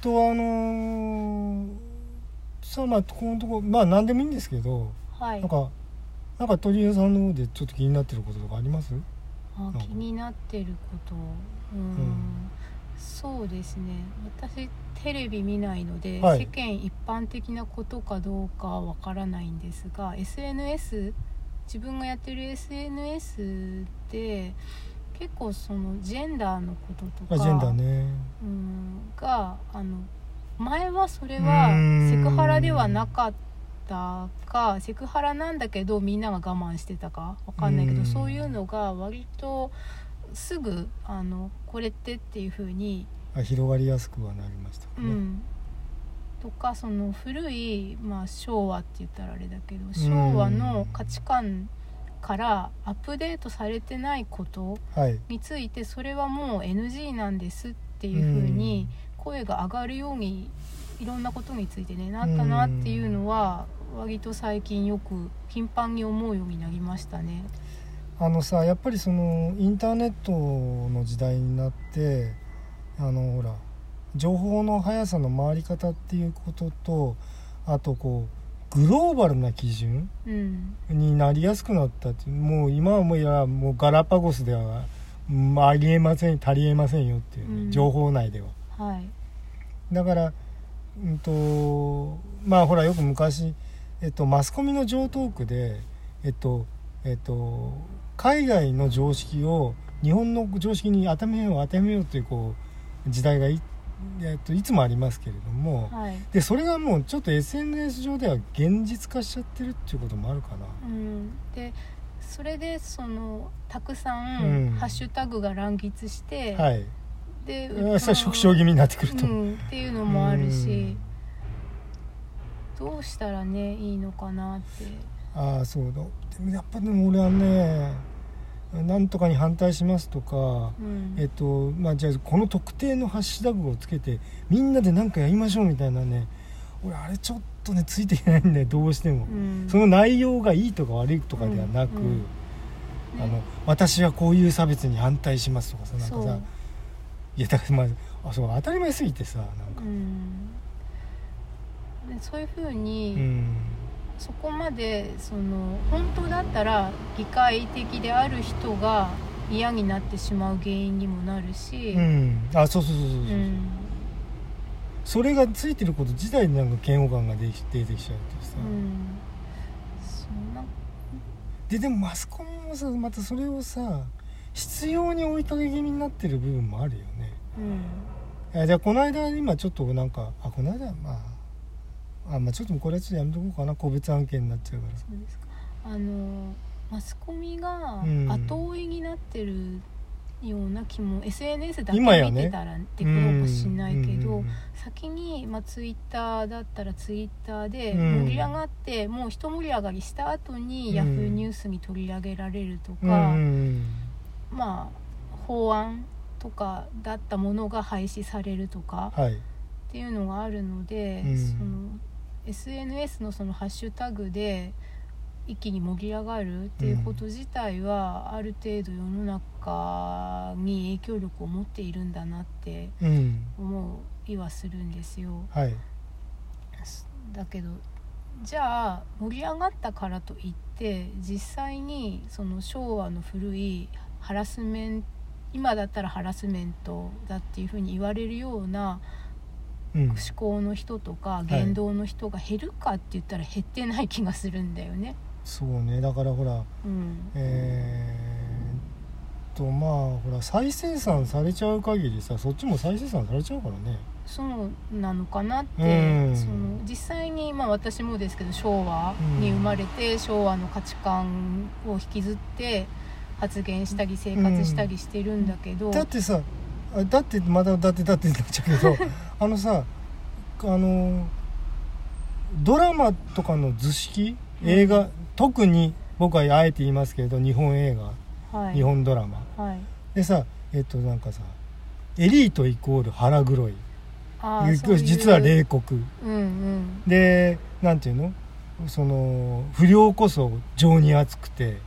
とあのーさあまあこのとこまあ何でもいいんですけど、はいなんかなんか鳥居さんの方でちょっと気になってることとかありますあか気になってることうーん、んそうですね私テレビ見ないので、はい世間一般的なことかどうかはわからないんですが SNS 自分がやってる SNS で結構そのジェンダーのこととかあジェンダーねうんがあの前はそれうはーんセクハラではなかったかセクハラなんだけどみんなが我慢してたかわかんないけうどーんそういうのが割とすぐあのこれってっていう風に、あ広がりやすくはなりましたうね、ん、とかその古い、まあ、昭和って言ったらあれだけどーん昭和の価値観からアップデートされてないことはいについてそれはもう NG なんですっていう風に、声が上がるようにいろんなことについてねなったなっていうのは割と最近よく頻繁に思うようになりましたね。あのさやっぱりそのインターネットの時代になってあのほら情報の速さの回り方っていうこととあとこうグローバルな基準うん、になりやすくなったってもう今はもういやもうガラパゴスではうんありえません足りえませんよっていうね、うん情報内でははい、だからうんとまあほらよく昔、えっと、マスコミの常套句でえっとえっと海外の常識を日本の常識に当てはめよう当てはめようというこう時代がい,、えっと、いつもありますけれども、はい、でそれがもうちょっと SNS 上では現実化しちゃってるっていうこともあるかな。うん、でそれでそのたくさうんんハッシュタグが乱立して、はい、でうんそれ縮小気味になってくると、うん、っていうのもあるうんし、どうしたらねいいのかなって。ああそうだでもやっぱでも俺はねなんとかに反対しますとかうんえっとまあ、じゃあこの特定のハッシュタグをつけてみんなで何かやりましょうみたいなね俺あれちょっとねついていけないんだよどうしても、うんその内容がいいとか悪いとかではなく、うんうんあの私はこういう差別に反対しますとかさなんかそさういやだからまああそう当たり前すぎてさなんかうん、でそういうふうに、うんそこまでその本当だったら議会的である人が嫌になってしまう原因にもなるし、うん、あそうそうそうそうそう、うんそれがついてること自体になんか嫌悪感ができ出てきちゃうっていうさ、うんそんなででもマスコミもさまたそれをさ必要に追いかけ気味になってる部分もあるよねうんえじゃあこの間今ちょっとなんかあこの間まああ、まあ、ちょっとこれはちょっとやめとこうかな個別案件になっちゃうからさそうですかあのマスコミがうん後追いになってるような気も、SNS だけ今や見ねてたらってことかもしれないけど、うんうん先に、まあ、ツイッターだったらツイッターでうん盛り上がって、もう一盛り上がりした後に、うんヤフーニュースに取り上げられるとうんうんか、うんまあ法案とかだったものが廃止されるとかはいっていうのがあるので、うんその SNS のそのハッシュタグで一気に盛り上がるっていうこと自体は、ある程度世の中に影響力を持っているんだなってうん思う意はするんですよ。はいだけどじゃあ盛り上がったからといって実際にその昭和の古いハラスメント今だったらハラスメントだっていうふうに言われるようなうん思考の人とかい言動の人が減るかって言ったら減ってない気がするんだよね。そうねだからほらうん、えー、っとまあほら再生産されちゃう限りさそっちも再生産されちゃうからねそうなのかなって、うんその実際に、まあ、私もですけど昭和に生まれて、昭和の価値観を引きずって発言したり生活したりしてるんだけど、だってさあだってまだだってだってになっちゃうけどあのさあのドラマとかの図式うん映画、特に僕はあえて言いますけれど日本映画、はい、日本ドラマはいでさえっとなんかさエリートイコール腹黒いあーゆそういう実は冷酷うんうんでなんていうのその不良こそ情に厚くて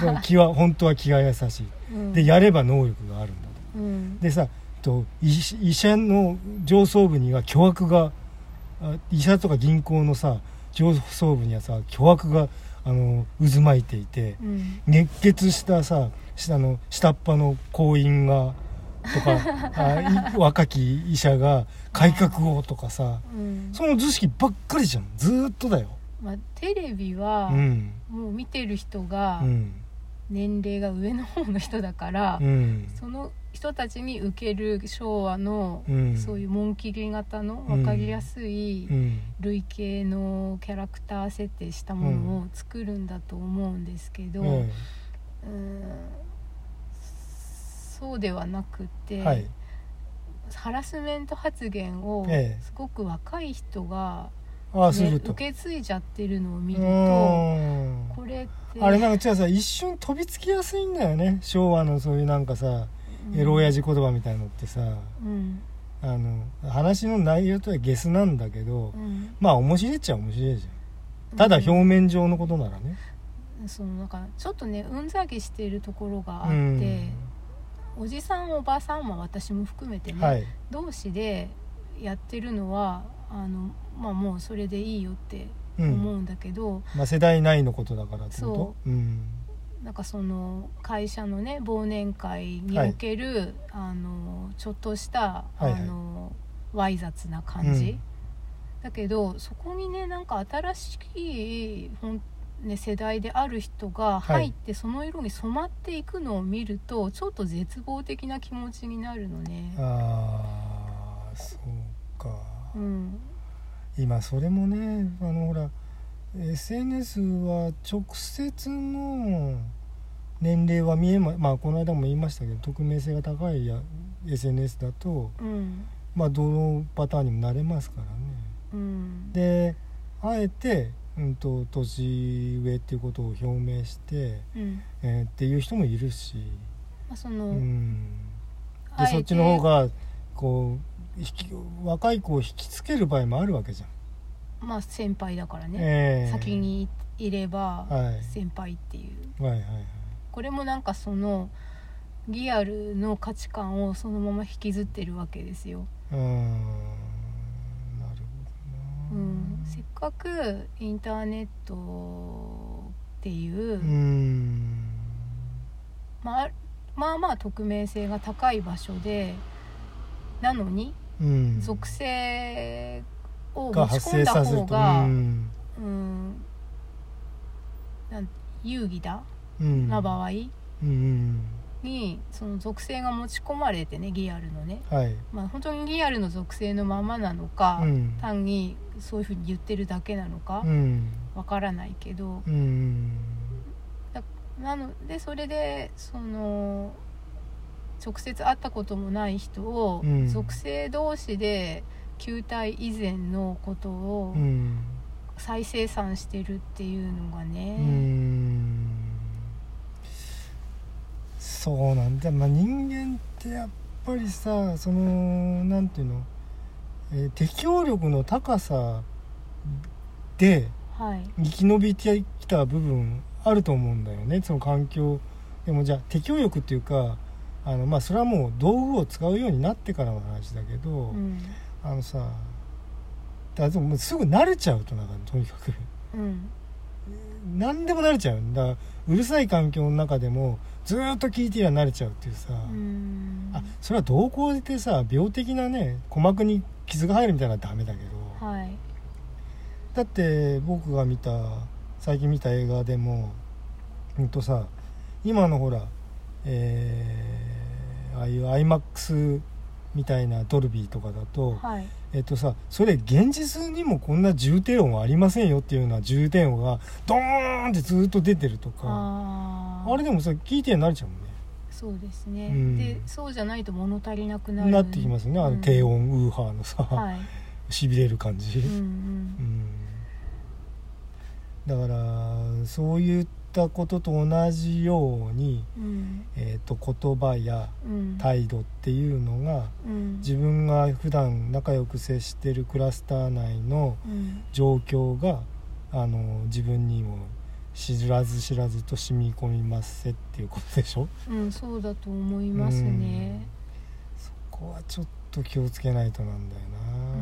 でも気は本当は気が優しいうんでやれば能力があるんだとうんでさと医師医者の上層部には巨悪があ医者とか銀行のさ上層部にはさ巨悪があの渦巻いていてうん熱血したさ下の下っ端の行員がとかあい若き医者が改革をとかさうんその図式ばっかりじゃんずーっとだよ。まあ、テレビはうんもう見てる人がうん年齢が上の方の人だから、うんその人たちに受ける昭和のうんそういう紋切り型の分かりやすいうん類型のキャラクター設定したものを作るんだと思うんですけど、うんうーんそうではなくて、はいハラスメント発言をええすごく若い人が、ああねすると。受け継いじゃってるのを見るうとんこれってあれなんかじゃあさ一瞬飛びつきやすいんだよね昭和のそういうなんかさうんエロ親父言葉みたいのってさうんあの話の内容とはゲスなんだけどうんまあ面白いっちゃ面白いじゃんただ表面上のことならねそのなんかちょっとねうんざりしているところがあっうて、んおじさんおばさんも私も含めてね、はい同士でやってるのはあの、まあ、もうそれでいいよってう思んうんだけど、まあ世代内のことだからってこそとうんなんかその会社のね忘年会にはいおける、あのちょっとした、はいはいあのわい雑な感じ、だけどそこにねなんか新しいほん、ね、世代である人はがい入ってその色に染まっていくのを見るとちょっと絶望的な気持ちになるのね。ああそうかうん今それもねあのほら SNS は直接の年齢は見えままあこの間も言いましたけど匿名性が高いや SNS だとうんまあどのパターンにもなれますからねうんであえて、うん、と年上っていうことを表明して、うんえーっていう人もいるし、まあそのうん、であえてそっちの方がこう引き若い子を引きつける場合もあるわけじゃん。まあ先輩だからね、ええ先にいればはい先輩っていうはいはいはいこれもなんかそのリアルの価値観をそのまま引きずってるわけですよ、うーんなるう、ほどなんせっかくインターネットっていう、うーんまあ、まあまあ匿名性が高い場所でなのにうん属性をが持ち発込ん生ださせる方とが、ううんんなん有利だうんな場合うんにその属性が持ち込まれてねリアルのね、うんはいまあ、本当にリアルの属性のままなのか、うん単にそういうふうに言ってるだけなのかうんわからないけど、うんなのでそれでその直接会ったこともない人をうん属性同士で球体以前のことをうん再生産してるっていうのがうね、んそうなんだ、まあ、人間ってやっぱりさそのなんていうの、えー適応力の高さではい、生き延びてきた部分あると思うんだよねその環境でもじゃあ適応力っていうかあのまあそれはもう道具を使うようになってからの話だけど、うんあのさだでももうすぐ慣れちゃうとなんかとにかくうん何でも慣れちゃうんだからうるさい環境の中でもずーっと聞いてりゃ慣れちゃうっていうさ、うんあそれは同行でさ病的なね鼓膜に傷が入るみたいなのはダメだけど、はいだって僕が見た最近見た映画でもほんとさ今のほらえーああいう iMAX みたいなドルビーとかだと、はいえっとさそれ現実にもこんな重低音はありませんよっていうような重低音がドーンってずっと出てるとかああーれでもさ聞いてなれちゃうもんねそうですね、うんでそうじゃないと物足りなくななるってきますよねあの低、音ウーハーのさ、うんはい、しびれる感じ、うんうんうんだからそういったことと同じように、うんえー、と言葉やうん態度っていうのがうん自分が普段仲良く接してるクラスター内のうん状況があの自分にも知らず知らずと染み込みますせっていうことでしょうんそうだと思いますね。こはちょっと気をつけないとなんだよな、う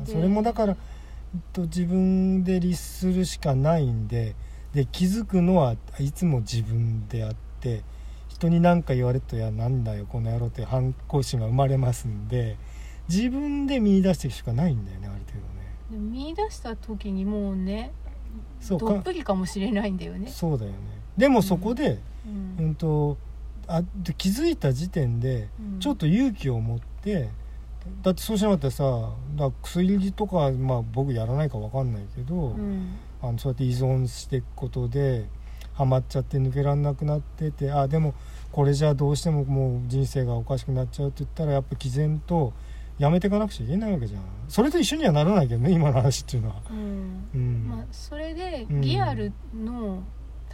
んでそれもだから、えっと、自分で律するしかないんでで気づくのはいつも自分であって人に何か言われると「いやなんだよこの野郎」って反抗心が生まれますんで自分で見出していくしかないんだよねある程度ね。でも見出した時にもうねそうどかっぷりかもしれないんだよね、そうだよねでもそこで、ううんんと、あで気づいた時点でうんちょっと勇気を持ってだってそうしなかったらさだから薬とか、まあ、僕やらないか分かんないけど、うんあのそうやって依存していくことでハマっちゃって抜けられなくなっててあでもこれじゃどうしてももう人生がおかしくなっちゃうって言ったらやっぱ毅然とやめていかなくちゃいけないわけじゃんそれと一緒にはならないけどね今の話っていうのは。うんうんまあ、それでうんリアルの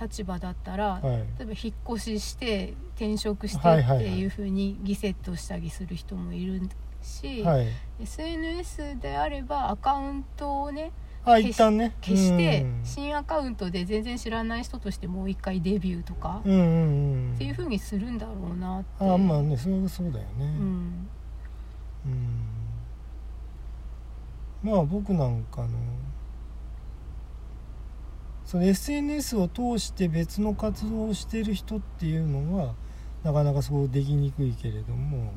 立場だったはら、い例えば引っ越しして転職してはいっはいはいていうふうにリセットしたりする人もいるし、はい、 SNS であればアカウントをねあ消し一旦ね消してうん新アカウントで全然知らない人としてもう一回デビューとかうんうんうん、っていうふうにするんだろうなって。あまあねそうそうだよね、うんうんまあ僕なんかのその SNS を通して別の活動をしてる人っていうのはなかなかそうできにくいけれども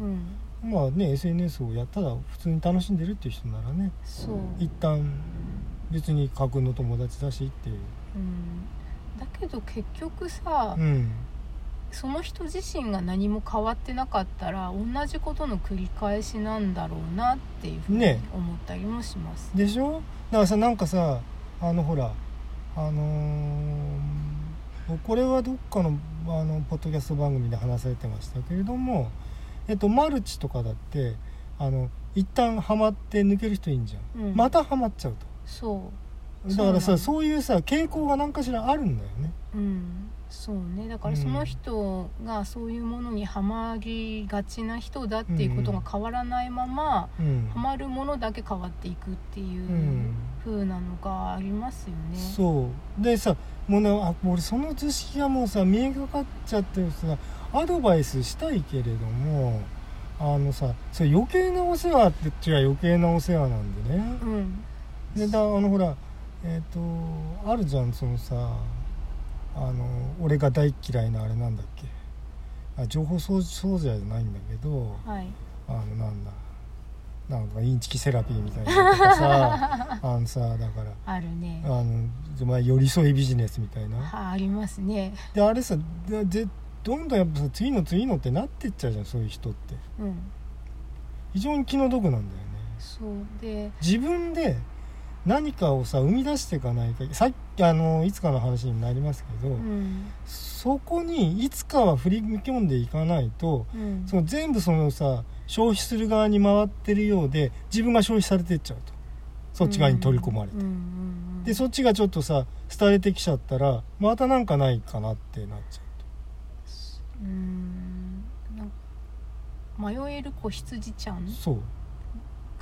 う、ん、まあね SNS をやったら普通に楽しんでるっていう人ならねそう、一旦別に架空の友達だしっていう、うん、だけど結局さ、うん、その人自身が何も変わってなかったら同じことの繰り返しなんだろうなっていうふうにね思ったりもします、でしょだからさなんかさあのほらあのーこれはどっかのあのポッドキャスト番組で話されてましたけれども、えっと、マルチとかだってあの一旦ハマって抜ける人いいんじゃん、うんまたハマっちゃうとそだからさそそういうさ傾向が何かしらあるんだよねううんそうねだかうらんその人がそういうものにはまりがちな人だっていうことが変わらないまま、うんハマるものだけ変わっていくっていううん風なのがありますよね、そうでさもうねあ俺その図式がもうさ見えかかっちゃってるさアドバイスしたいけれどもあのさそれ余計なお世話って言っちゃ余計なお世話なんでねうんでだあのほらえっ、とあるじゃんそのさあの俺が大っ嫌いなあれなんだっけあ情報操操作じゃないんだけどはいあのなんだなんかインチキセラピーみたいなのとかさ あのさだからあるねあの、まあ、寄り添いビジネスみたいなはありますねであれさででどんどんやっぱさ次の次のってなってっちゃうじゃんそういう人ってうん非常に気の毒なんだよねそうで自分で何かをさ生み出していかないかさっきあのいつかの話になりますけど、うんそこにいつかは振り込んでいかないとうんその全部そのさ消費する側に回ってるようで自分が消費されてっちゃうとそっち側に取り込まれて。うんうんうんうんでそっちがちょっとさ廃れてきちゃったらまたなんかないかなってなっちゃうーんなん迷える子羊ちゃんうそ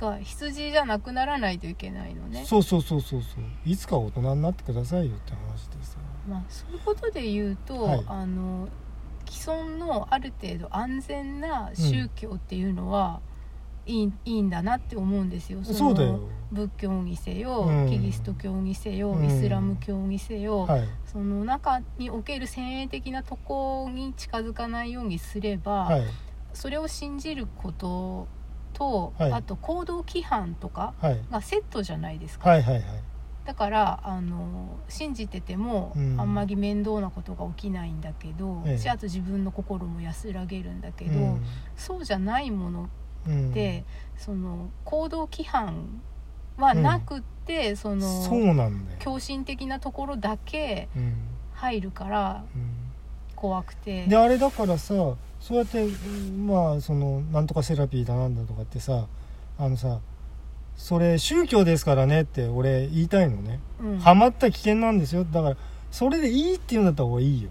うが羊じゃなくならないといけないのねそうそうそうそうそういつか大人になってくださいよって話でさまあ、そういうことで言うと、はいあの既存のある程度安全な宗教っていうのは、いいいいんだなって思うんですよ。そうのだよ仏教にせよ、うんキリスト教にせよ、うんイスラム教にせよ、はいその中における先鋭的なとこに近づかないようにすれば、はいそれを信じることと、はいあと行動規範とかはいがセットじゃないですか、はいはいはいだからあの信じてても、うんあんまり面倒なことが起きないんだけど、ええしあと自分の心も安らげるんだけど、うんそうじゃないものうんって、その行動規範はなくって、そのそうなんだよ、狂信的なところだけうん入るからう怖くてん、で。あれだからさそうやってうんまあそのなんとかセラピーだなんだとかってさあのさそれ宗教ですからねって俺言いたいのねうんハマったら危険なんですよだからそれでいいって言うんだったら俺いいよ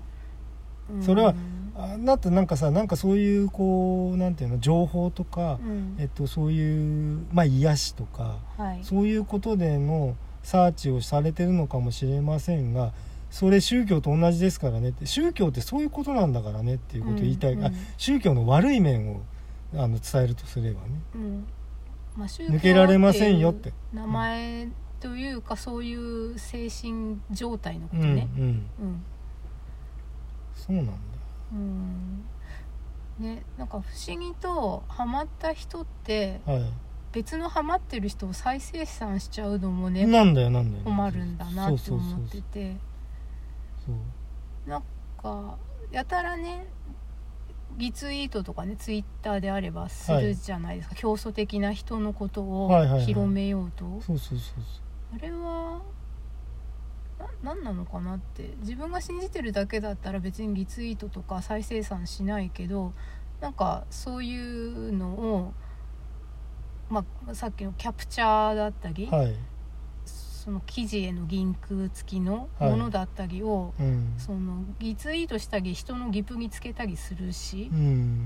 うんそれはあだってなんかさなんかそういうこうなんていうの情報とかう、んえっと、そういうまあ癒しとかはい、そういうことでのサーチをされてるのかもしれませんがそれ宗教と同じですからねって宗教ってそういうことなんだからねっていうことを言いたい、うんうんあ宗教の悪い面をあの伝えるとすればねうんまあ、宗教抜けられませんよっていう名前というかそういう精神状態のこうとんね、うんうんそうなんだようんね、なんか不思議とハマった人ってはい別のハマってる人を再生産しちゃうのもねなんだよなんだよ困るんだなって思っそてうてそうなんかやたらねリツイートとかねツイッターであればするじゃないですか、競争的な人のことをはいはいはい広めようと、そうそうそうそうあれはな何なのかなって自分が信じてるだけだったら別にリツイートとか再生産しないけどなんかそういうのを、まあ、さっきのキャプチャーだったり、はいその記事へのリンク付きのはいものだったりを、うんそのリツイートしたり人のギプにつけたりするしう、ん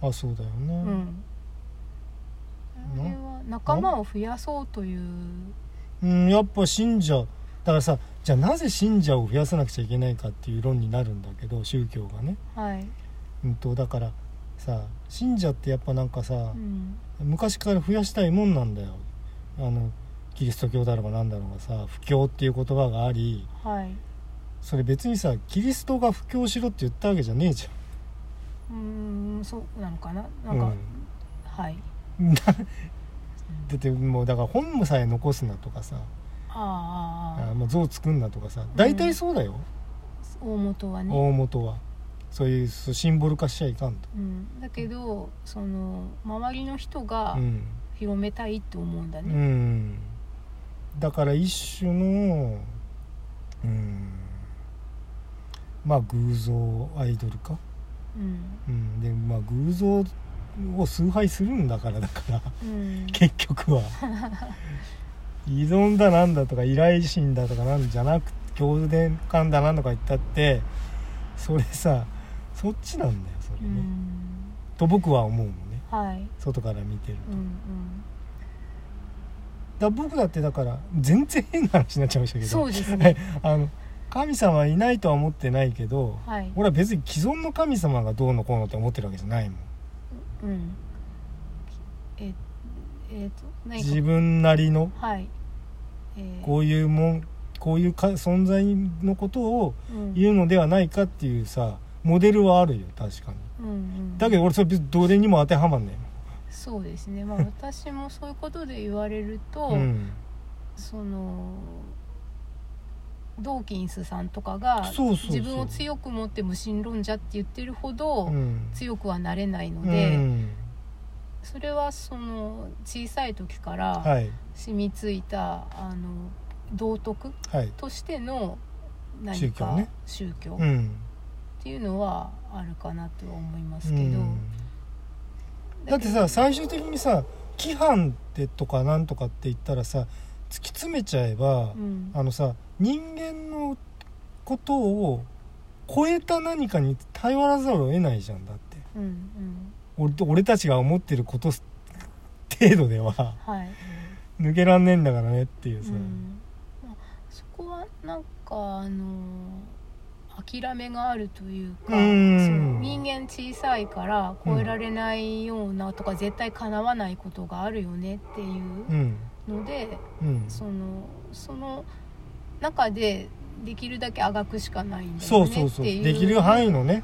あそうだよね、うんあれは仲間を増やそうという、うん、やっぱ信者だからさじゃあなぜ信者を増やさなくちゃいけないかっていう論になるんだけど宗教がね、はいうん、とだからさ信者ってやっぱなんかさう、ん昔から増やしたいもんなんだよあのキリスト教だろうがなんだろうがさ不教っていう言葉がありはいそれ別にさキリストが布教しろって言ったわけじゃねえじうーんそうなのかなゃなんんか、うんはい だってもうだから本もさえ残すなとかさあああああまあ像作んなとかさ大体そうだよ、大元はね、大元はそういうそうシンボル化しちゃいかんとうん、だけどその周りの人がうん、広めたいって思うんだうね、ん、だから一種のうんまあ偶像アイドル化うんうん、でまあ偶像を崇拝するんだからだから うん結局 は依存だなんだとか依頼心だとかなんじゃなく強伝感だなんとか言ったってそれさそっちなんだよそれうね、んと僕は思うのねはい外から見てるうんうんだ僕だってだから全然変な話になっちゃいましたけどそうですねあの神様はいないとは思ってないけどはい俺は別に既存の神様がどうのこうのって思ってるわけじゃないもんうんええーと何か自分なりのはいえーこういうもんこういうか存在のことをうん言うのではないかっていうさモデルはあるよ確かにうんうんだけど俺それ別にどれにも当てはまんねそうですねまあ私もそういうことで言われると、えもんうんそのドーキンスさんとかがそうそうそう自分を強く持って無神論者って言ってるほど、うん強くはなれないのうで、んそれはその小さい時からはい染みついた、あの道徳はいとしての宗何教かね宗教うっんていうのはあるかなとは思いますうけど、んだってさ最終的にさ規範ってとかなんとかって言ったらさ突き詰めちゃえば、うんあのさ人間のことを超えた何かに頼らざるを得ないじゃんだってうんうん俺と俺たちが思ってることす程度では はい、抜けらんねえんだからねっていうさ、うんまあそこはなんかあの諦めがあるというか、うんその人間小さいから超えられないようなとか、絶対叶わないことがあるよねっていううんので、うんそのその中でできるだけあがくしかないんだそようそねうっそうていうできる範囲囲のね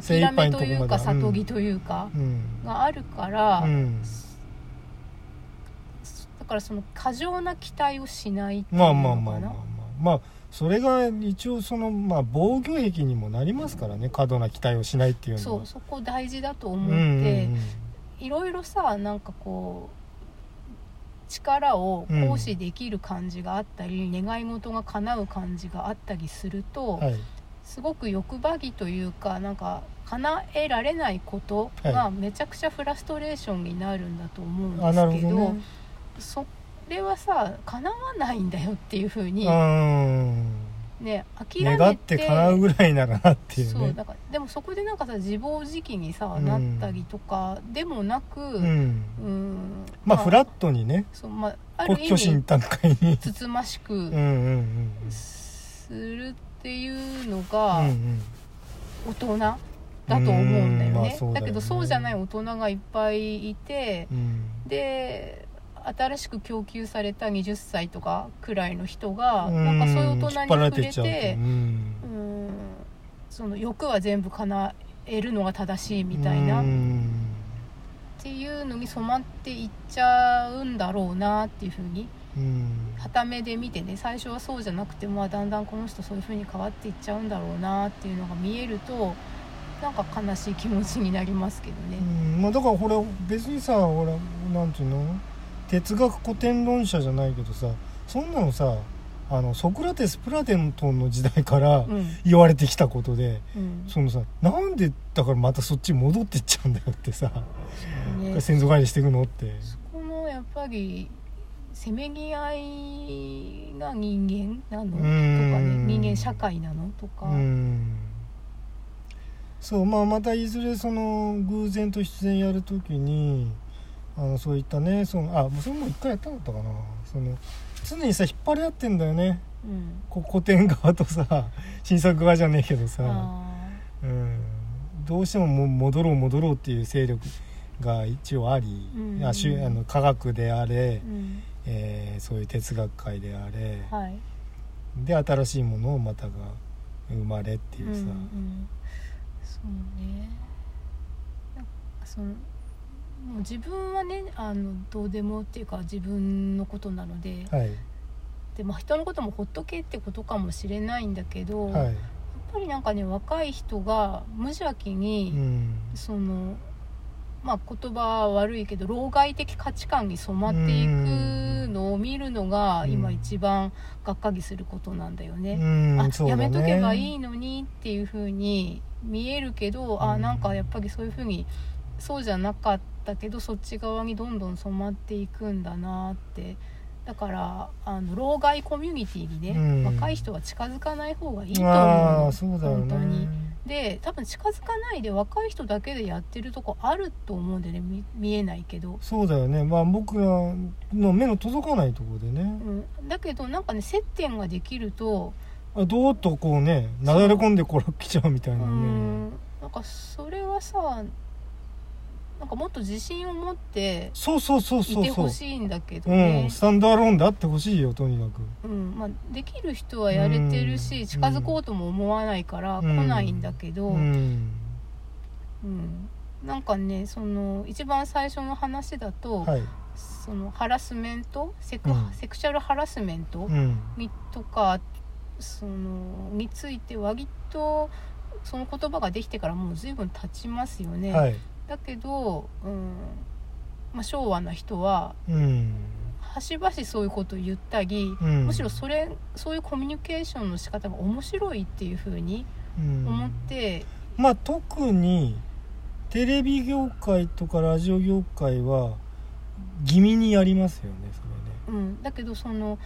精諦一杯めのととこいまうではか悟りというか、うんがあるから、うんだからその過剰な期待をしないっていうのまあかなまあまあまあまあまあそれが一応そのまあ防御壁にもなりますからね過度な期待をしないっていうのそはうそこ大事だと思っうて、んうんいろいろさなんかこう力を行使できる感じがあったり、願い事が叶う感じがあったりすると、うんはいすごく欲張りというかなんか叶えられないことはがめちゃくちゃフラストレーションになるんだと思うんですあけなど,、るほどねそれはさ叶わないんだよっていうふうに、うんね諦めて願って叶うぐらいならなっていうそうねだからでもそこでなんかさ自暴自棄にさ、うんなったりとかでもなく、ううんんまあフラットにねそう、まあ、ある意虚心味坦懐につつましうんうくんうんするっていうのうがんうん大人だと思うんだよねうんまあそうだよねけどそうじゃない大人がいっぱいいてうんで新しく供給された20歳とかくらいの人がうんなんかそういう大人に引っ張触れてられてっちゃうとうんうんその欲は全部叶えるのが正しいみたいなうっんていうのに染まっていっちゃうんだろうなっていうふうにうん傍目で見てね最初はそうじゃなくて、まあ、だんだんこの人そういう風に変わっていっちゃうんだろうなっていうのが見えるとなんか悲しい気持ちになりますけどねう。んまあ、だからこれ別にさほらなんていうの哲学古典論者じゃないけどさそんなのさあのソクラテスプラテトンの時代からうん言われてきたことで、うんそのさなんでだからまたそっちに戻ってっちゃうんだよってさ、ね先祖返りしていくのってそこのやっぱりせめぎ合いが人間なのとかねうん人間社会なのとか、うんそうまあまたいずれその偶然と必然やるときにあのそういったねそのあもうそれも一回やったんだったかなその常にさ引っ張り合ってんだよねうんこ 古典側とさ新作側じゃねえけどさ、あうん、どうしてももう戻ろう戻ろうっていう勢力が一応あり、うんあしゅあの科学であれー、うんえーそういう哲学界であれ、はいで新しいものをまたが生まれっていうさ、うんうん、そうねなんかそのもう自分はねあのどうでもっていうか自分のことなので、はいでまあ、人のこともほっとけってことかもしれないんだけど、はやっい、ぱりなんかね若い人が無邪気に、うんそのまあ言葉は悪いけど老害的価値観に染まっていくのを見るのがうん今一番がっかりすることなんだよね。うんあそうやだねめとけばいいのにっていう風に見えるけど、うあんなんかやっぱりそういう風にそうじゃなかったけどそっち側にどんどん染まっていくんだなってだからあの老害コミュニティにね、うん若い人は近づかない方がいいと思うあのあそうだよ本当にね。で多分近づかないで若い人だけでやってるとこあると思うんでね見見えないけど、そうだよねまあ僕らの目の届かないところでねうん、だけどなんかね接点ができるとあどーっとこうねなだれ込んでこら来ちゃうみたいうなねんなんかそれはさなんかもっと自信を持ってそうそうそういそうてそうほしいんだけどうねん、スタンドアローンであってほしいよとにかくうんまあ、できる人はやれてるし、うん近づこうとも思わないから来うんないんだけど、うんうんなんかねその一番最初の話だと、はいそのハラスメントセク,、うんセクシャルハラスメント、うんにとかそのについて割とその言葉ができてからもう随分経ちますよね、はいだけど、うんまあ、昭和な人はうん端々そういうことを言ったり、うんむしろそれそういうコミュニケーションの仕方が面白いっていうふうにうん思って、まあ特にテレビ業界とかラジオ業界は気味にやりますよねそうんだけどその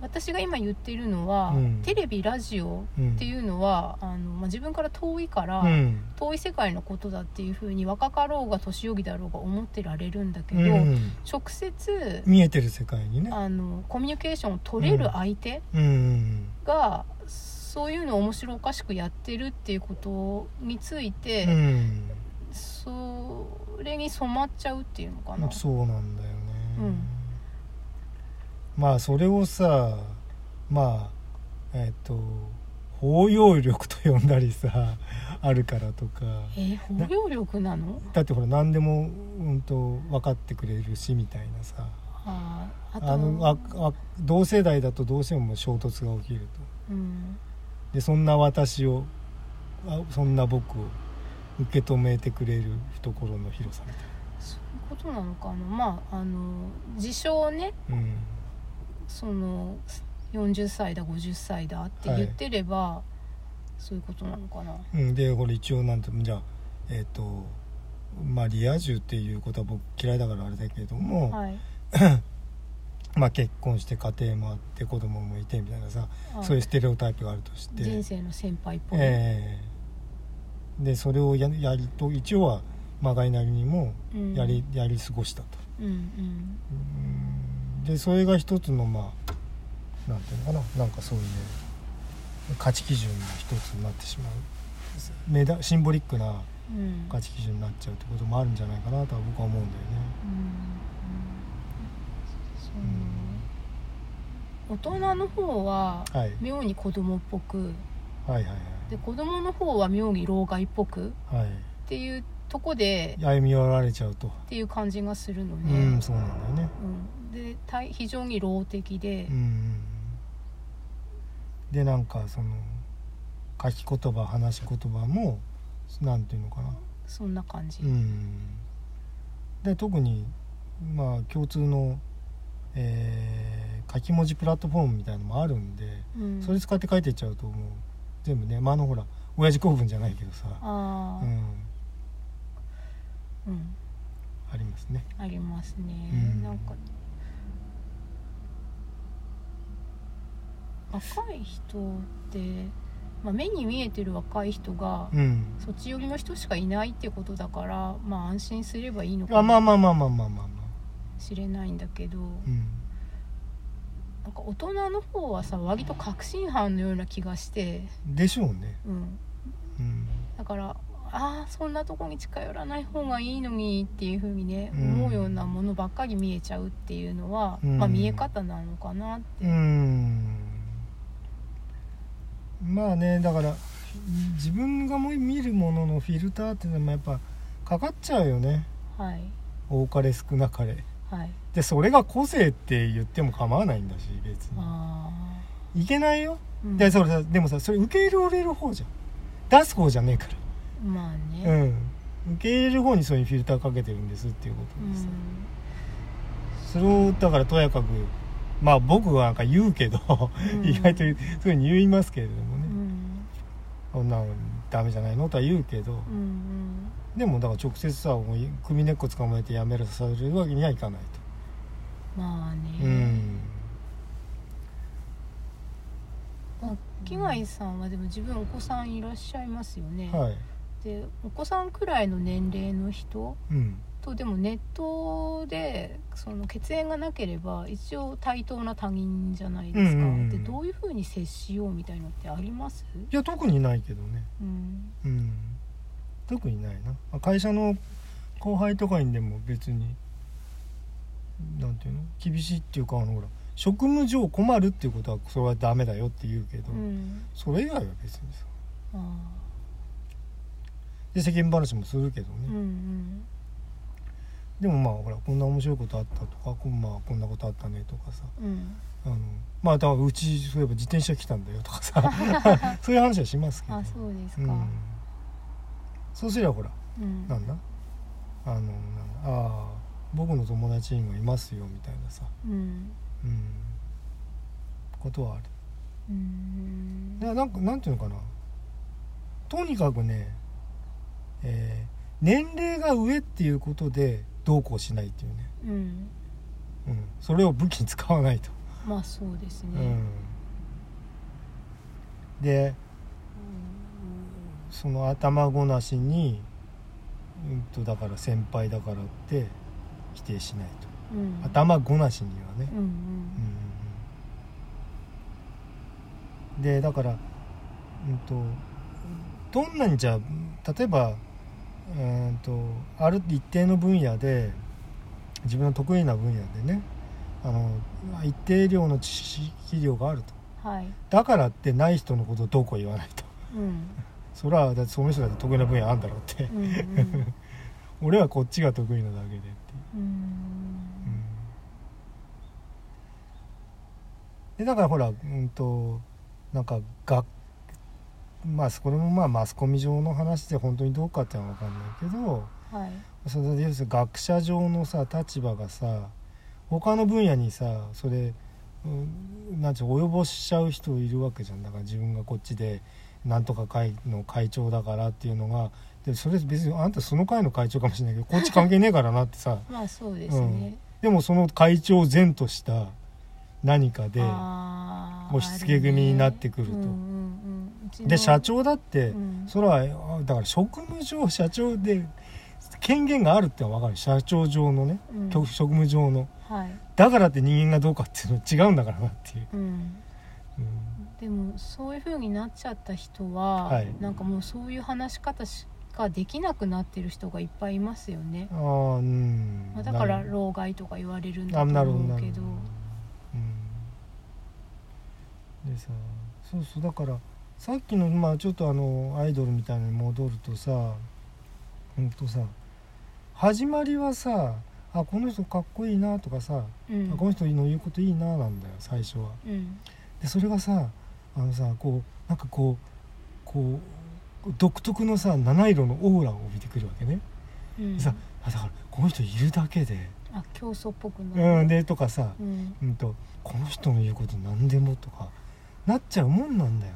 私が今言っているのは、うんテレビラジオれねっていうのはあの、まあ、自分から遠いから。うんうん遠い世界のことだっていうふうに若かろうが年寄りだろうが思ってられるんだけど、うん直接見えてる世界にねあのコミュニケーションを取れる相手うんが、そういうのを面白おかしくやってるっていうことについて、うんそれに染まっちゃうっていうのかな。そうなんだよね、うんまあそれをさまあえっ、と包容力と呼んだりさ あるからとかえー、包容力なのだってほら何でも、うん、と分かってくれるしみたいなさあーあとあのああ同世代だとどうしても衝突が起きるとうんでそんな私をあそんな僕を受け止めてくれる懐の広さみたいそういうことなのかなまああの自称ねな、うん、その40歳だ50歳だって言ってれば、そういうことなのかなうん、でこれ一応なんてじゃあえっ、とまあリア充っていうことは僕嫌いだからあれだけれども、はいまあ結婚して家庭もあって子供もいてみたいなさあそういうステレオタイプがあるとして人生の先輩っぽい、ええでそれをややりと一応はまがいなりにもうんやり,、やり過ごしたとうんうんうんでそれが一つのまあなんていうのかななんかそういう価値基準の一つになってしまうメダシンボリックなうん価値基準になっちゃうってこともあるんじゃないかなとは僕は思うんだよね。うんその大人の方ははい、妙に子供っぽくはいはで子供の方は妙に老害っぽくっいはい、はていうとこでい、歩み寄られちゃうと、っていう感じがするので,、うんそうなんだよねうんで大非常に老的でうん、うんうん、でなんかその書き言葉話し言葉もなんていうのかなそんな感じ、うんで特にまあ共通の、えー書き文字プラットフォームみたいのもあるんで、うんそれ使って書いていっちゃうともう全部ねまああのほら親父公文じゃないけどさ、あうあ、ん、うんありますねありますね、うんなんか若い人って、まあ、目に見えてる若い人が、うんそっち寄りの人しかいないってことだからまあ安心すればいいのあかまあもまあまあまあまあまあまあしれないんだけど、うんなんか大人の方はさ割と確信犯のような気がして、でしょうねうん、うんだからああそんなとこに近寄らない方がいいのにっていうふうにね、うん思うようなものばっかり見えちゃうっていうのは、うんまあ、見え方なのかなって、うんまあねだから自分がもう見るもののフィルターっていうのもやっぱかかっちゃうよねはい多かれ少なかれはいでそれが個性って言っても構わないんだし別にあいけないよ、ー、うんでそれさでもさそれ受け入れられる方じゃん出す方じゃねえからまあうんね、受け入れる方にそういうフィルターかけてるんですっていうことです、それをだからとやかくまあ僕はなんか言うけど、う ん意外とそういうふうに言いますけれどもうんうね、んこんなのダメじゃないのとは言うけど、うんうんでもだから直接さもう首根っこ捕まえてやめるさせるわけにはいかないまあねと、うんまあ木貝さんはでも自分お子さんいらっしゃいますよね、はいでお子さんくらいの年齢の人うんとでもネットでその血縁がなければ一応対等な他人じゃないですか、うんうんうんでどういうふうに接しようみたいのってあります、いや特にないけどねうんうん特にないなまあ会社の後輩とかにでも別になんていうの厳しいっていうかあのほら職務上困るっていうことはそれはダメだよって言うけど、うん、それ以外は別にさあで世間話もするけどーうんね、うんでもまあほらこんな面白いことあったとかこん,、まあ、こんなことあったねとかさうんあのまあだからうちそういえば自転車来たんだよとかさ そういう話はしますけどあそうですうか、ん、そうすればほらうんなんだあのなんだああ僕の友達にもいますよみたいなさ、うんうん、ことはあるうんだからなんかなんていうのかなとにかくね、えー年齢が上っていうことでどうこうしないっていうね、うんうん、それを武器に使わないと、まあそうですうねん、でその頭ごなしに、うん、とだから先輩だからって否定しないとうん頭ごなしにはねうんううんうんんうんでだから、うん、とどんなにじゃあ例えば、うん、とある一定の分野で自分の得意な分野でねあの一定量の知識量があるとはいだからってない人のことをどうこう言わないとうんそれはだってその人だって得意な分野あるんだろうってう んうん俺はこっちが得意なだけでっていううんでだからほらうんとなんか学まあこれもまあマスコミ上の話で本当にどうかってのは分かんないけどはいそれで要するに学者上のさ立場がさ他の分野にさそれ、うん、なんちゅう及ぼしちゃう人いるわけじゃんだから自分がこっちでなんとか会の会長だからっていうのがでそれ別にあんたその会の会長かもしれないけどこっち関係ねえからなってさまあそうですね、でもその会長を善とした何かであー押し付け組になってくるとあねうんうんうんうちので社長だって、うんそれはあだから職務上社長で権限があるってのは分かる社長上のね、うん職職務上のはい、だからって人間がどうかっていうのは違うんだからなっていう、うん、うんでもそういう風になっちゃった人は、はいなんかもうそういう話し方しができなくなってる人がいっぱいいますよね、あーうんまあ、だからなる老害とか言われるんあだとなるほど思なうるけほどどうんでさそうそうだからさっきのまあちょっとあのアイドルみたいのに戻るとさうんとさ始まりはさあこの人かっこいいなとかさ、うんあこの人の言うこといいななんだよ最初は。うんでそれがさあのさこうなんかこうこう独特のさ七色のオーラを帯びてくるわけね、うんさあだからこの人いるだけで、あ競争っぽくなるうん、でとかさ、うんうん、とこの人の言うこと何でもとかなっちゃうもんなんだよ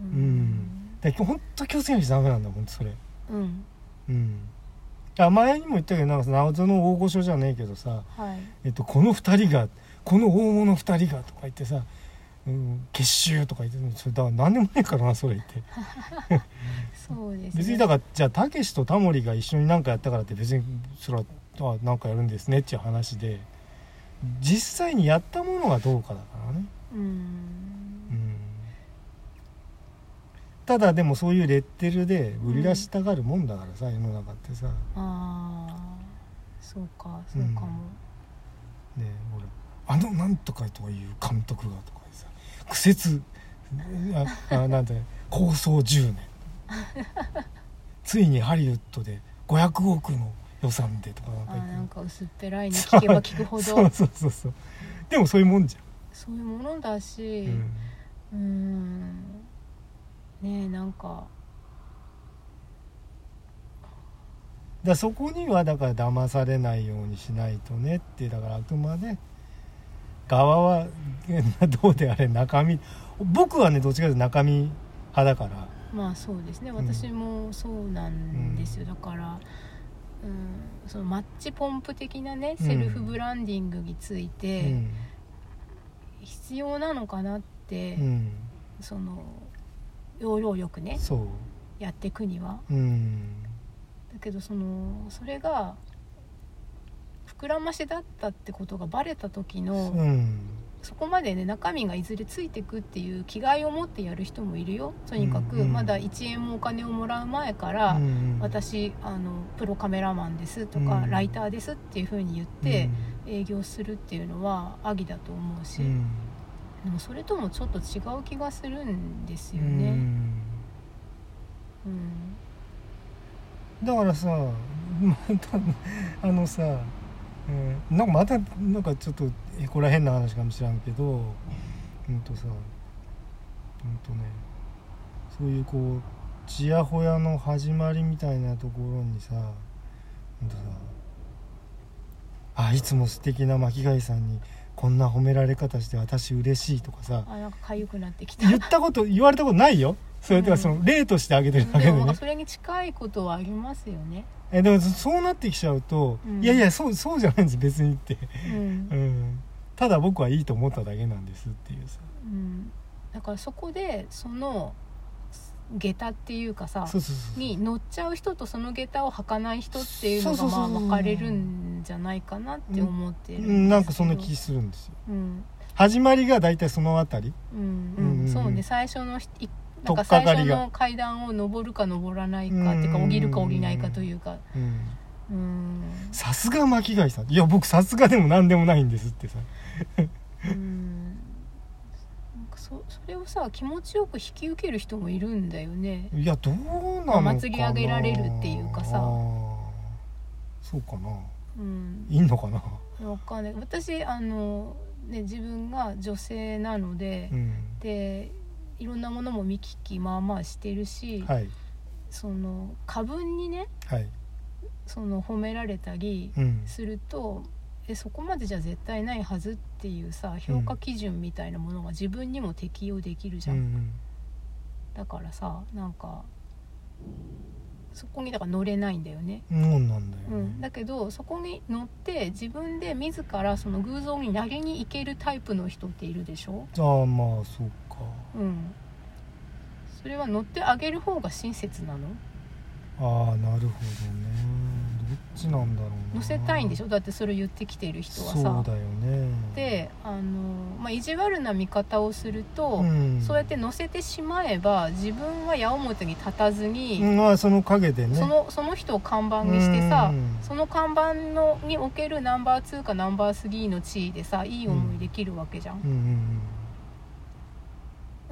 うんだからほんと気をつけなきゃダメなんだほんとそれうんうんあ前にも言ったけどなんかさ謎の大御所じゃねえけどさ、はいえっと、この2人がこの大物2人がとか言ってさ、うん、結集とか言ってそれだから何でもねえからなそれ言ってそうです、ね、別にだからじゃあたけしとタモリが一緒に何かやったからって別にそれはあなんかやるんですねっていう話で実際にやったものがどうかだからね、ううんん、ただでもそういうレッテルで売り出したがるもんだからさ、世の中ってさねあーそうかそうかも、えほらあのなんとかとかいう監督がとかでさ苦節ああなんて構想10年ついにハリウッドで500億の予算でとかなんあかー言ってなんか薄っぺらいの聞けば聞くほどそそううそうそうそうでもそういうもんじいうものだゃしん、うんうーんねえなんかだからそこにはだから騙されないようにしないとねってだからあくまで側は どうであれ中身僕はねどっちかというと中身派だからまあそうですねん私もそうなんですよ、だから、うん、そのマッチポンプ的なねうんセルフブランディングについうてん必要なのかなって、うんその要領よくねそやっていくにはううんだけどそのそれが膨らましだったってことがバレた時うの、んそこまでね中身がいずれついてくっていう気概を持ってやる人もいるよとにかく、うんうんまだ1円もお金をもらう前かうら、ん私あのプロカメラマンですとか、うんライターですっていうふうに言って、営業するっていうのはアギだと思うし、うんうんでもそれともちょっと違う気がするんですよね。うんだからさ またあのさ、うんなんかまたなんかちょっとえこれは変な話かもしらんけどうんとさうんとねそういうこうちやほやの始まりみたいなところにさうんとさあいつも素敵な巻貝さんにこんな褒められ方して私嬉しいとかさあなんか痒くなってきた言ったこと言われたことないよそれとうかんその例としてあげてるだけででもなんねかそれに近いことはありますよね。えでもそそうなってきちゃうと、うんいやいやそうそうじゃないんです別にって、うんうん、ただ僕はいいと思っただけなんですっていうさうん、だからそこでその下駄っていうかさそうそうそうに乗っちゃう人とその下駄を履かない人っていうのそがうそうそうまあ分かれるんじゃないかなって思ってるうですけどんなんかそんな気するんですようん始まりが大体そのあたりうんうんうんううんんそうね最初のひい取なんかっか最かりが初の階段を上るか上らないかうんうんうんっていうか降りるか降りないかというかうんうんさすが巻貝さんいや僕さすがでも何でもないんですってさうんなんかそそれをさ気持ちよく引き受ける人もいるんだよねいやどうなのかなまあ祭り上げられるっていうかさあーそうかなうんいいのかなわかんない私あの、ね、自分が女性なのでう、んでいろんなものも見聞きまあまあしてるし、はいその過分にねはいその褒められたりうんすると、えそこまでじゃ絶対ないはずっていうさ評価基準みたいなものが自分にも適用できるじうゃん、んだからさなんかそこにだから乗れないんだよねうんもんなんだよね、うん、だけどそこに乗って自分で自らその偶像に投げに行けるタイプの人っているでしょ、ああまあそうかうん、それは乗ってあげる方が親切なのああなるほどねどっちなんだろうな載せたいんでしょょだってそれを言ってきている人はそうさだよねであの、まあ、意地悪な見方をすると、んそうやって載せてしまえば自分は矢面に立たずに、うんまあその陰でねそのその人を看板にしてさ、うんその看板のにおけるナンバー2かナンバー3の地位でさいい思いできるわけじゃんう、んう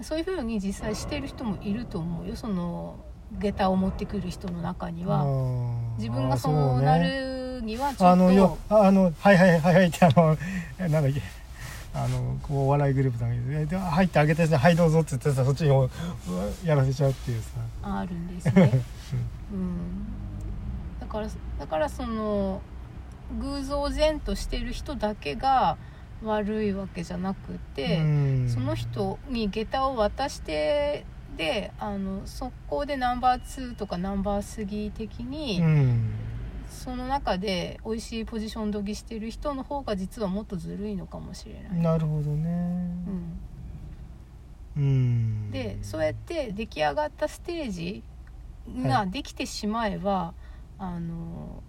んそういうふうに実際してる人もいると思うよその下駄を持ってくる人の中にうんは、あー自分があーそうねなるにはちょあっのとよあのはいはいはいはいってあのなんだっけあのこうお笑いグループだけどえで入ってあげてさはいどうぞって言ってさそっちにおやらせちゃうっていうさあるんで すね、うん、だからだからその偶像然としてる人だけが悪いわけじゃなくて、うんその人に下駄を渡してであの速攻でナンバー2とかナンバー3的に、うんその中で美味しいポジション取りしてる人の方が実はもっとずるいのかもしれない。なるほどねうんうんでそうやって出来上がったステージができてしまえば、あの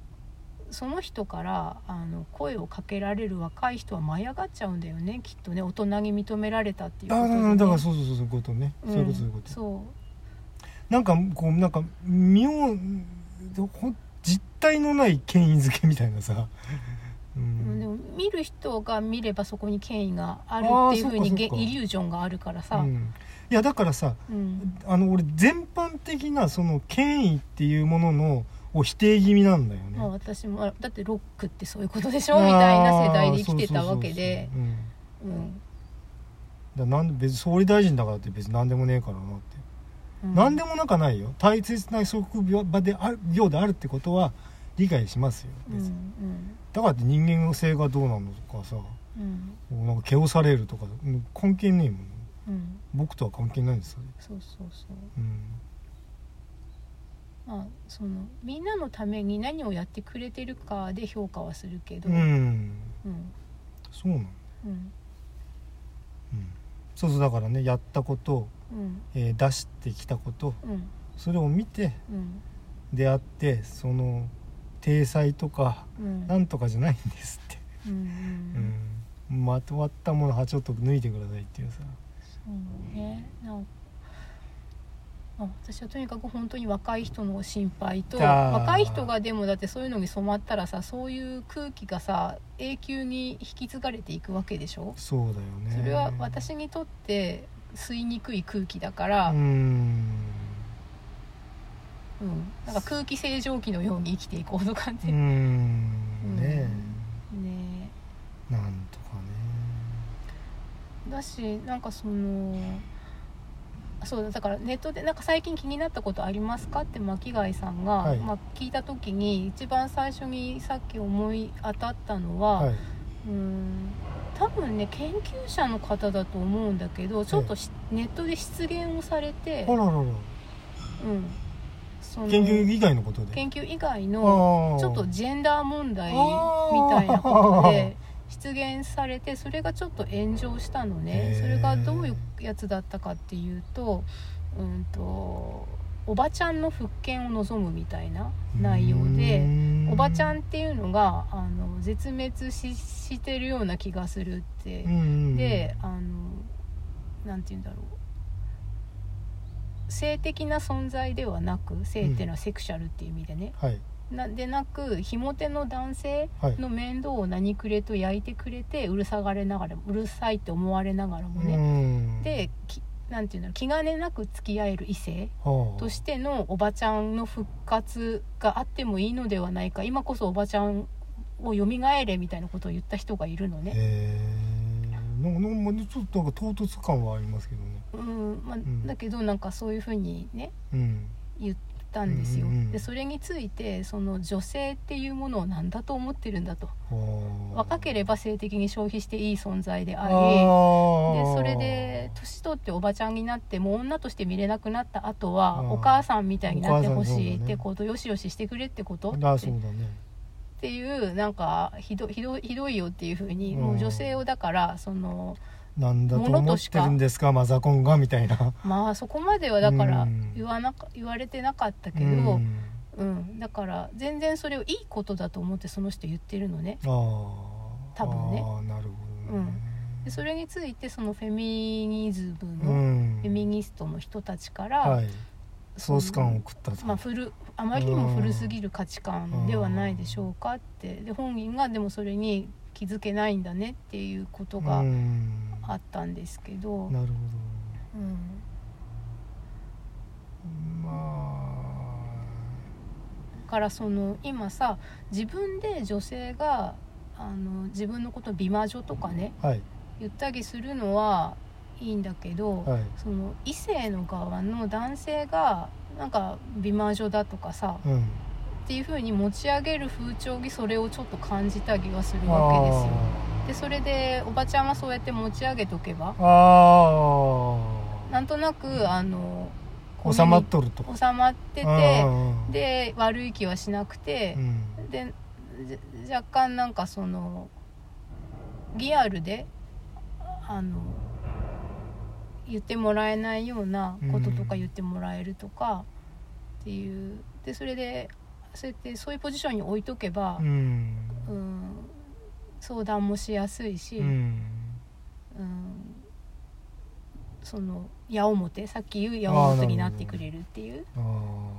その人からあの声をかけられる若い人は舞い上がっちゃうんだよねきっとね大人に認められたっていうあことでね、ーだからそうそうそうそういうことね、んそういうことそういうことそなんかこうなんか妙ほん実体のない権威づけみたいなさ、うう、んでも見る人が見ればそこに権威があるあーっていうふうにそっかげそっかイリュージョンがあるからさ、ううんんいやだからさあの俺全般的なその権威っていうもののを否定気味なんだよねまあ、私もだってロックってそういうことでしょみたいな世代で生きてたわけであーそうそうそうそううんうんだからなんで別に総理大臣だからって別に何でもねえからなって、うん何でもなんかないよ大切な職場である業であるってことは理解しますようん別に、うんだからって人間性がどうなのとかさもうんうなんか蹴をされるとかうん関係ねえもんうん僕とは関係ないんですよ、そうそうそううん、まあそのみんなのために何をやってくれてるかで評価はするけど、うん、うんそうなの、うんうん、そうそうだからねやったこと、うんえー出してきたことうんそれを見てうん出会ってその体裁とかうんなんとかじゃないんですって、うんうんうん、まとわったものはちょっと脱いでくださいっていうさそうねなんかまあ私はとにかく本当に若い人の心配とあー若い人がでもだってそういうのに染まったらさそういう空気がさ永久に引き継がれていくわけでしょそうだよねそれは私にとって吸いにくい空気だから、うんうん、なんか空気清浄機のように生きていこうとかっうて、んねねええなんとかねだしなんかそのそうだだからネットでなんか最近気になったことありますかって巻貝さんが、はいまあ、聞いた時に一番最初にさっき思い当たったのは、はいうーん多分ね研究者の方だと思うんだけどちょっとし、ネットで失言をされて、あらららうん、その研究以外のことで研究以外あのーちょっとジェンダー問題みあーたいなことで出現されてそれがちょっと炎上したのねへーそれがどういうやつだったかっていうとうんとおばちゃんの復権を望むみたいな内容うでんおばちゃんっていうのがあの絶滅ししてるような気がするってうんうんであのなんて言うんだろう性的な存在ではなく性っていうのはセクシャルっていう意味でね、はいなでなくひも手の男性はいの面倒を何くれと焼いてくれてうるさがれながらもうるさいって思われながらもね、ねできなんていうんだろう気兼ねなく付き合える異性としててのおばちゃんの復活があってもいいのではないか今こそおばちゃんを蘇れみたいなことを言った人がいるのね、えー、なんかなんかちょっとなんか唐突感はありますけどねうんまあんだけどなんかそういうふうにねうん言ったんですよ、うんうんうんでそれについてその女性っていうものを何だと思ってるんだと若けれれば性的に消費していい存在でありでそれで年取っておばちゃんになってもう女として見れなくなった後はあーお母さんみたいになってほしいっお母さんそうだねてこと、よしよししてくれってことあっそうだねていうなんかひどひどひどいよっていうふうにうんもう女性をだからそのなんだともの思とっしてかるんですかマザコンがみたいなまあそこまではだかうらん 言わなか言われてなかったけうどんううん、だから全然それをいいことだと思ってその人言ってるのねああ多分ねああなるほどね、でそれについてそのフェミニズムうのんフェミニストの人たちから、はいソース感を食ったと、まあ、古あまりにも古すぎる価値観ではないでしょうかってで本人がでもそれに気づけないんだねっていうことうがんあったんですけど、うんなるほどまだからその今さ自分で女性があの自分のこと美魔女とかねあはい言ったりするのはいいんだけど、はいその異性の側の男性がなんか美魔女だとかさ、うんっていう風に持ち上げる風潮にそれをちょっと感じたりはするわけですよあでそれでおばちゃんはそうやって持ち上げとけばーあなんとなくあのー収まっとるとコミュニ収まってててで悪い気はしなくてう、んでじ若干なんかそのリアルであの言ってもらえないようなこととかうん言ってもらえるとかっていうでそれでそうやってそういうポジションに置いとけばう、んうん、相談もしやすいし。うんうんその矢面さっき言う矢面になってくれるっていうあ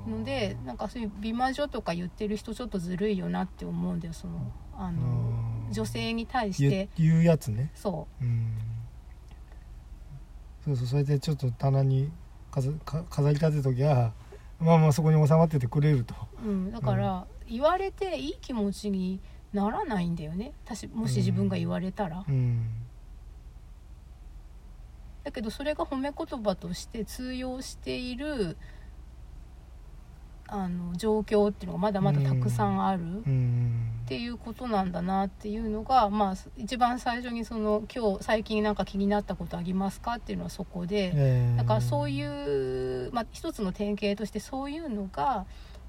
ーのでなんかそういう美魔女とか言ってる人ちょっとずるいよなって思うんだよそのあのうん女性に対し言て言うやつねそうんそうそうそれでちょっと棚に飾か飾り立てときゃまあまあそこに収まっててくれるとう、うん、だから言われていい気持ちにならないんだよね私もし自分が言われたら。うんだけどそれが褒め言葉として通用しているあの状況っていうのがまだまだたくさんある。うんっていうことなんだなっていうのが、まあ、一番最初にその今日最近なんか気になったことありますかっていうのはそこでえーだからそういう、まあ、一つの典型としてそういうのが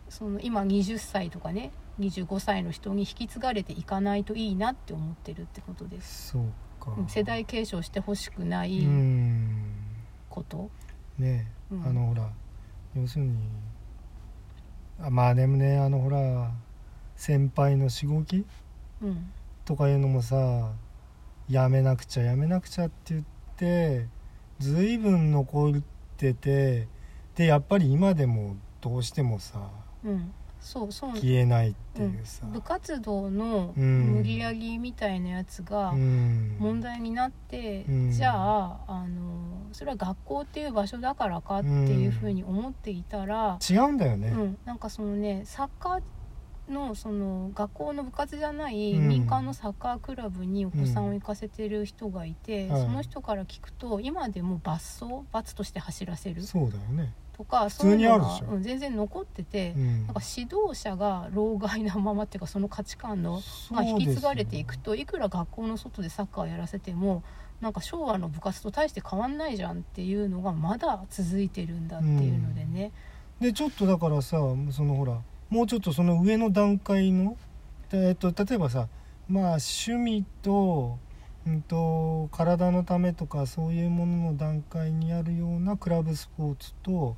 その今20歳とかね25歳の人に引き継がれていかないといいなって思ってるってことです。そうかうん世代継承してほしくなういんこと、ねえ、うんあのほら要するにあまあでもねあのほら先輩のしごきうんとかいうのもさやめなくちゃやめなくちゃって言って随分残っててでやっぱり今でもどうしてもさうん、そうそう、消えないっていうさ、部活動のうん無理やりみたいなやつが、うん問題になって、うんじゃああのそれは学校っていう場所だからかっていうふうに思っていたら、違うんだようね、んなんかそのねサッカーのその学校の部活じゃないうん民間のサッカークラブにお子さんを行かせてる人がいて、はいその人から聞くと今でも罰走罰として走らせるそうだよね、とか普通にあるでしょそういうのがうん全然残ってて、うんなんか指導者が老害なままっていうかその価値観のが引き継がれていくといくら学校の外でサッカーやらせてもなんか昭和の部活と大して変わんないじゃんっていうのがまだ続いてるんだっていうのでね、でちょっとだからさそのほらもうちょっとその上の段階の、えっと、例えばさまあ趣味と,、うん、と体のためとかそういうものの段階にあるようなクラブスポーツと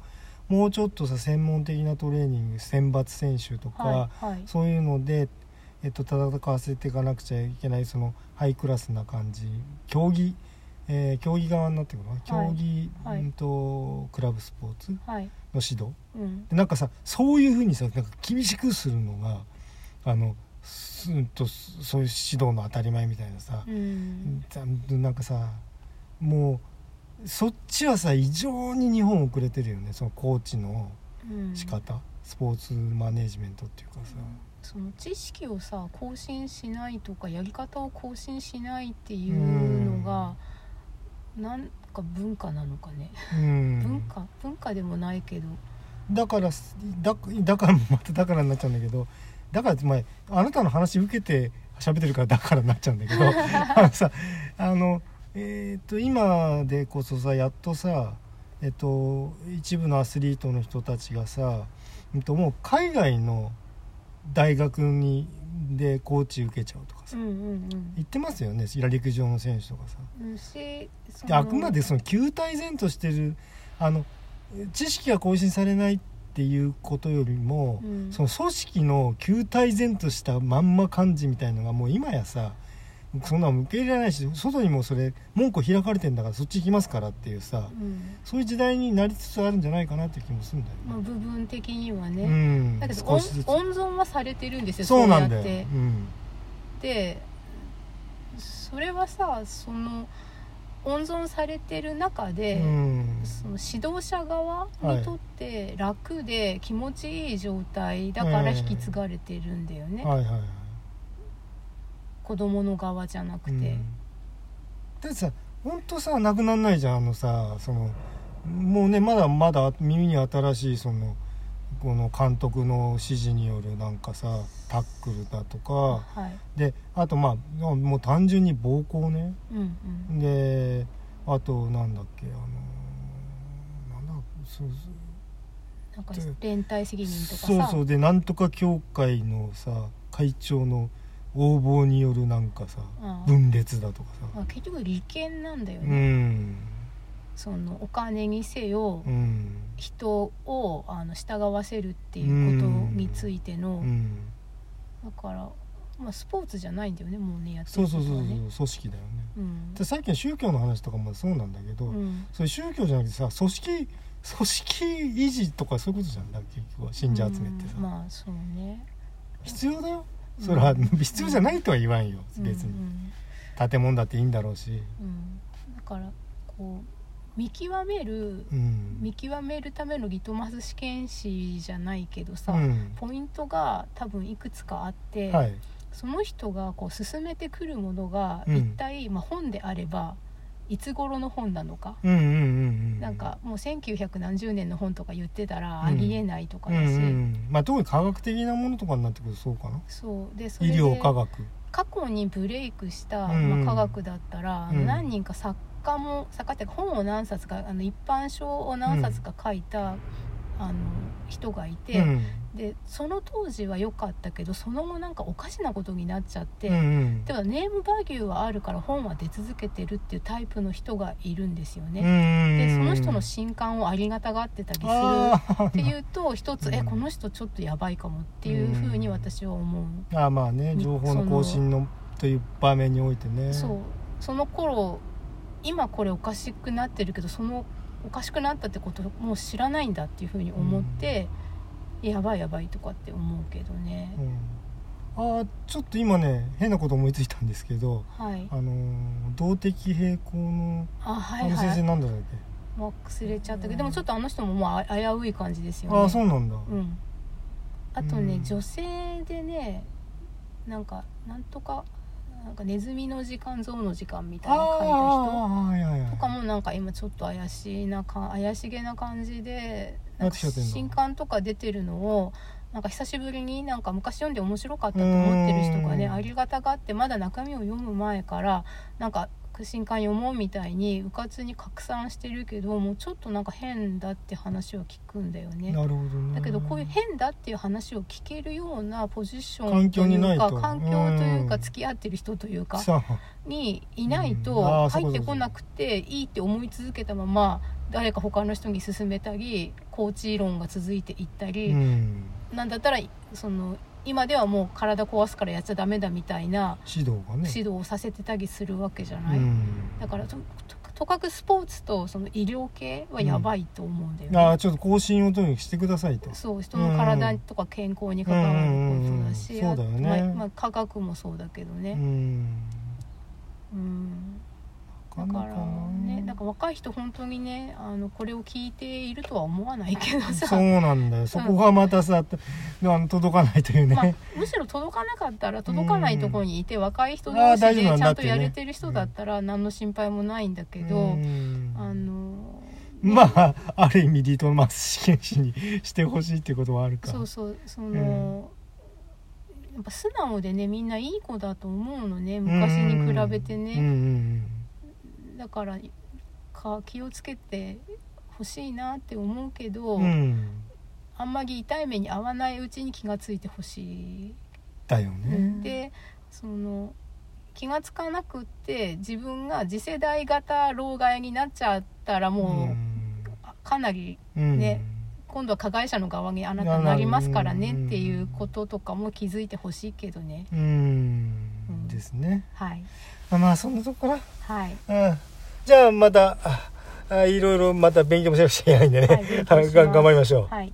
もうちょっとさ専門的なトレーニング選抜選手とか、はいはいそういうので、えっと、戦わせていかなくちゃいけないそのハイクラスな感じ競技、えー競技側になってくるのかな、はい競技、はいうんとクラブスポーツのはい、指導うん、でなんかさそういうふうにさなんか厳しくするのがあのすうんとそそういう指導の当たり前みたいなさう、ん、うんなんかさもうそっちはさ異常に日本遅れてるよねそのコーチのうん仕方、スポーツマネジメントっていうかさ、その知識をさ更新しないとかやり方を更新しないっていうのが、なんか文化なのかね、うん文化文化でもないけど、だからすだだからまただからになっちゃうんだけどだからまああなたの話受けて喋ってるからだからになっちゃうんだけどあのさあのえっと今でこそさやっとさえっと一部のアスリートの人たちがさ、うんと、もう海外の大学にでコーチ受けちゃうとかうさんうん言ってますよね陸上の選手とかさ。うんうん、しそでのあくまでその球体前としてるあの知識が更新されないっっていうことよりも、うんその組織の旧体然としたまんま感じみたいのがもう今やさそんなの受け入れられないし外にもそれ門戸開かれてんだからそっち行きますからっていうさうんそういう時代になりつつあるんじゃないかなっていう気もするんだよねまあ、部分的にはね、うんだけど少温しずつ温存はされてるんですよそうなんだやってよ、うん、でそれはさその温存されてる中で、うんその指導者側にとって楽で気持ちいい状態だから引き継がれてるんだよね、はいはいはい子供の側じゃなくて、うん、だってさほんとさなくなんないじゃんあのさそのもうねまだまだ耳に新しいそのこの監督の指示によるなんかさタックルだとかはい、であとまあもう単純に暴行ねうんうんであとなんだっけあのなんだそうなんかで連帯責任とかさそうそうでなんとか協会のさ会長の横暴によるなんかさああ分裂だとかさまあ、結局利権なんだようね、んそのお金にせよ、うん人をあの従わせるっていうことについての、うんだから、まあ、スポーツじゃないんだよねもうねやってそるうことそはうねそうそう組織だよねうんでさっきの宗教の話とかもそうなんだけど、うんそれ宗教じゃなくてさ組織組織維持とかそういうことじゃんだから結局は信者集めってさ、うんまあそうね必要だよそれは、 うん必要じゃないとは言わんよ別に、うん建物だっていいんだろうし、うんうんだからこう見極めるうん、見極めるためのリトマス試験紙じゃないけどさ、うんポイントが多分いくつかあって、はいその人がこう進めてくるものがうん一体、まあ、本であればいつ頃の本なのか、うんうんうんうんなんかもう1900何十年の本とか言ってたらうんありえないとかうんうだし、んまあ特に科学的なものとかになってくるとそうかなそうでそれ医で療科学過去にブレイクした、うんうんまあ、科学だったら、うん何人か作家も作家っていうか本を何冊かあの一般書を何冊か書いた、あの人がいて、うんでその当時は良かったけどその後なんかおかしなことになっちゃって。うんうんではネームバリューはあるから本は出続けてるっていうタイプの人がいるんですようんうね、んでその人の新刊をありがたがってたりするっっていうと一つ、うんえこの人ちょっとやばいかもっていうふうに私は思う、ああまあね情報の更新のという場面においてねそうその頃今これおかしくなってるけどそのおかしくなったってこともう知らないんだっていうふうに思って、やばいやばいとかって思うけどねう、ん、ああちょっと今ね変なこと思いついたんですけどはいあのー動的平衡のあはあいのは先生いなんだったっもう忘れちゃったけど、うんでもちょっとあの人ももう危うい感じですけ、よねああそうなんだ、うん、あとね、うん女性でねなんかなんとかなんかネズミの時間象の時間みたいあなの書いた人あはいはいはいとかもなんか今ちょっと怪しいなか怪しげな感じでななんかってきちゃってんの新刊とか出てるのをなんか久しぶりになんか昔読んで面白かったと思ってる人がねうんありがたがってまだ中身を読む前からなんか新刊読もうみたいにうかつに拡散してるけどもうちょっとなんか変だって話を聞くんだよね。なるほどねだけどこういう変だっていう話を聞けるようなポジション環境にないとというか環境といううかん付き合ってる人というかさあにいないうんあとーそうか入そうかってこなくていいって思い続けたまま誰か他の人に勧めたりコーチ論が続いていったうり、んなんだったらその今ではもう体壊すからやっちゃダメだみたいな指導がね指導をさせてたりするわけじゃない、うんだからとととかくスポーツとその医療系はやばいと思うんだよね。ああちょっと更新をとにかくしてくださいとそう人の体とか健康に関わることだし、うんうんうんうんそうだよねあとまあまあ科学もそうだけどうね、んうんだからねなんか若い人本当にねあのこれを聞いているとは思わないけどそさ、うなんだよそこがまたさ、あの届かないというね、まあ、むしろ届かなかったら届かないところにいて、若い人あ同あ士大丈夫なでんちだゃっんてとねやれてる人だったら何の心配もないんだけど、うんあのまあある意味リトマス試験紙にしてほしいっていうことはあるかそうそうその、やっぱ素直でねみんないい子だと思うのね昔に比べてね。うんうんだからか気をつけてほしいなって思うけど、うんうんあんまり痛い目に遭わないうちに気がついてほしだよい、ねでその気がつかなくって自分が次世代型老害になっちゃったらもう、んかなりうんね今度は加害者の側にあなたなりますからねっていうこととかも気づいてほしいけどねうんうんですねはいあまあそんなとこかはいなうんじゃあまたああいろいろまた勉強もしなくちゃいけないんでね、はい勉強します 頑張りましょうはい